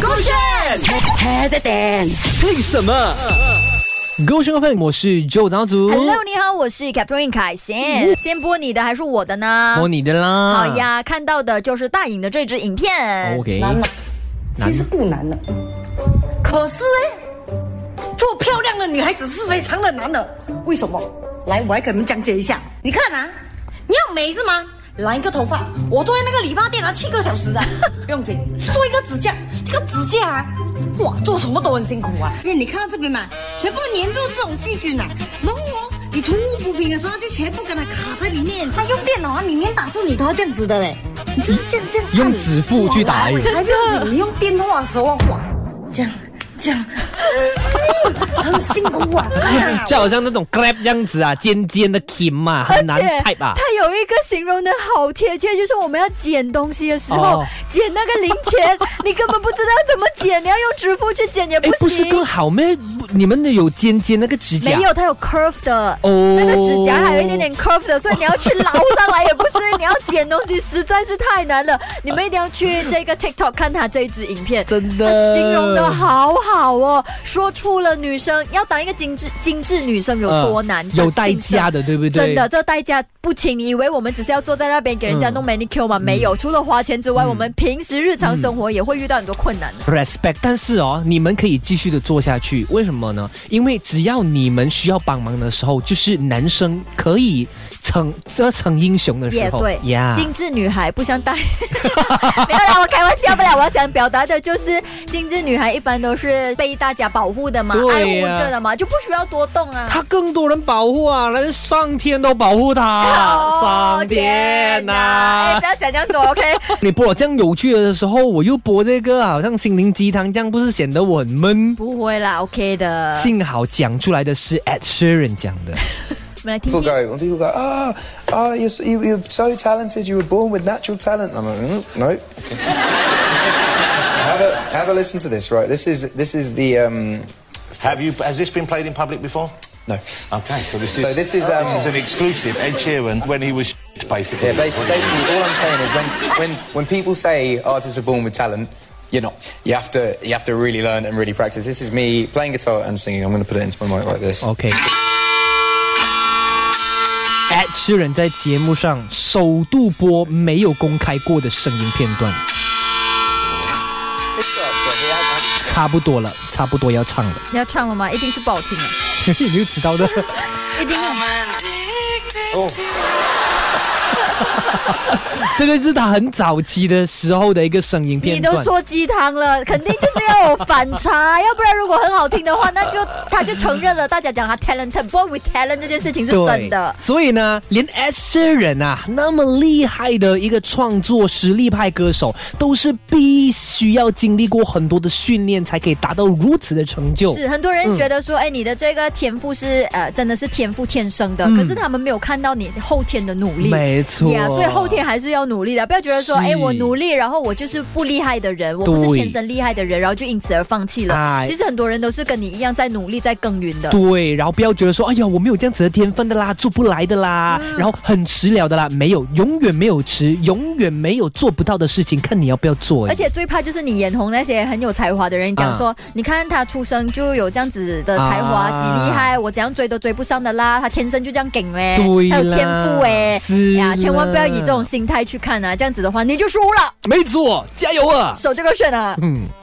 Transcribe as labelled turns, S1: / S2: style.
S1: 勾选 Head Dance。
S2: 为什么？各位观众，我是 Joe 张祖，
S1: Hello，你好，我是 Catherine 凯贤。先播你的还是我的呢？
S2: 摸嗯你的啊啦。哦
S1: 好呀，看到的就是大影的这支影片。
S2: ，OK，
S3: 难吗？
S2: 难
S3: 其实不难的，可是呢，做漂亮的女孩子是非常的难的。为什么？来，我来给你们讲解一下。你看啊，你要美是吗？染一个头发，我坐在那个理发店啊，七个小时啊，不用紧。做一个指甲，这个指甲啊，哇，做什么都很辛苦啊。
S4: 因为你看到这边嘛，全部粘住这种细菌呐、然后哦，你涂抹补品的时候，它就全部给它卡在里面。
S3: 他用电脑啊，里面打字你都要这样子的嘞，你就是这样这样按。
S2: 用指腹去打
S3: 哇
S2: 哎
S3: 我才不要紧你用电话的时候啊哇，这样这样，很辛苦啊。
S2: 就好像那种 clap 这样子啊，尖尖的 kim 啊，很难 type 啊
S1: 它。有一个形容的好贴切，就是我们要捡东西的时候，
S2: 哦
S1: 捡那个零钱，你根本不知道怎么捡，你要用指腹去捡也
S2: 哎
S1: 不，
S2: 不是
S1: 行。
S2: 更好咩？你们的有尖尖那个指甲
S1: 没，有，它有 curve 的，
S2: 哦
S1: 那个指甲还有一点 点 curve 的，所以你要去捞上来也不是，你要捡东西实在是太难了。你们一定要去这个 TikTok 看他这一支影片，
S2: 真的
S1: 他形容的好好哦，说出了女生要当一个精致精致女生有多难，
S2: 嗯有代价的，对不对？
S1: 真的，这代价不轻。你以为我们只是要坐在那边给人
S2: 嗯
S1: 家弄 manicure 吗？没有，除了花钱之外，我们平时日常生
S2: 嗯
S1: 活也会遇到很多困难的。
S2: respect，但是哦，你们可以继续的做下去，为什么呢？因为只要你们需要帮忙的时候，就是男生可以逞这逞英雄的时
S1: 也
S2: 候，
S1: 对
S2: 呀
S1: 精致女孩不想带， 没有啦，我开玩笑不了。我想表达的就是，精致女孩一般都是被大家保护的嘛，爱
S2: 对
S1: 护
S2: 呀
S1: 着的嘛，就不需要多动啊。
S2: 他更多人保护啊，连上天都保护他，
S1: 哦
S2: 上天呐、
S1: 哪哎，不要讲这样多，OK？
S2: 你播我这样有趣的时候，我又播这个好像心灵鸡汤，这样不是显得我很闷？
S1: 不呃会啦，OK 的。
S2: 幸好讲出来的是 Ed Sheeran 讲的，
S1: 我们来听
S5: People
S1: 听。
S5: go, when people go, ah, ah, you're, s- you, you're so talented, you were born with natural talent. I'm like, mm, no. have a have a listen to this, right? This is this is the um,
S6: Have you? Has this been played in public before?
S5: no.
S6: Okay, so this is Oh.
S5: So this is, um,
S6: this is an exclusive Ed Sheeran when he was basically.
S5: Yeah, basically, basically all I'm saying is when, when, when people say artists are born with talent, you're not. You have to you have to really learn and really practice. This is me playing guitar and singing. I'm going to put it into my mic like this.
S2: OK。Ed Sheeran 在节目上首度播没有公开过的声音片段，差不多了，差不多要唱了，
S1: 你要唱了吗？一定是不好听的，
S2: 你就知道的。
S1: 一定很
S2: 这个是他很早期的时候的一个声音
S1: 你
S2: 片段。
S1: 都说鸡汤 了，肯定就是要有反差，要不然如果很好听的话，那就他就承认了，大家讲他 talented boy with talent 这件事情是
S2: 对
S1: 真的。
S2: 所以呢，连 Ed Sheeran 啊那么厉害的一个创作实力派歌手，都是必须要经历过很多的训练，才可以达到如此的成就。嗯
S1: 是很多人觉得说，哎、你的这个天赋是呃，真的是天赋天生的，可是他们没有看到你后天的努力。
S2: 嗯没错
S1: 呀所以后天还是要努力的，不要觉得说，
S2: 是
S1: 哎，我努力，然后我就是不厉害的人，我不是
S2: 对
S1: 天生厉害的人，然后就因此而放弃了
S2: 哎。
S1: 其实很多人都是跟你一样在努力，在耕耘的。
S2: 对，然后不要觉得说，哎呀，我没有这样子的天分的
S1: 嗯
S2: 啦，做不来的啦，然后很迟了的啦，没有，永远没有迟，永远没有做不到的事情，看你要不要做。哎
S1: 而且最怕就是你眼红那些很有才华的人，讲说、你看他出生就有这样子的才华，
S2: 啊
S1: 几厉害，我怎样追都追不上的啦，他天生就这样梗哎、
S2: 对啦
S1: 他有天赋哎、
S2: 是
S1: 呀，千万不要以
S2: 啦
S1: 这种心态去看啊，这样子的话你就输了，
S2: 没错，加油啊！
S1: 手这个选啊。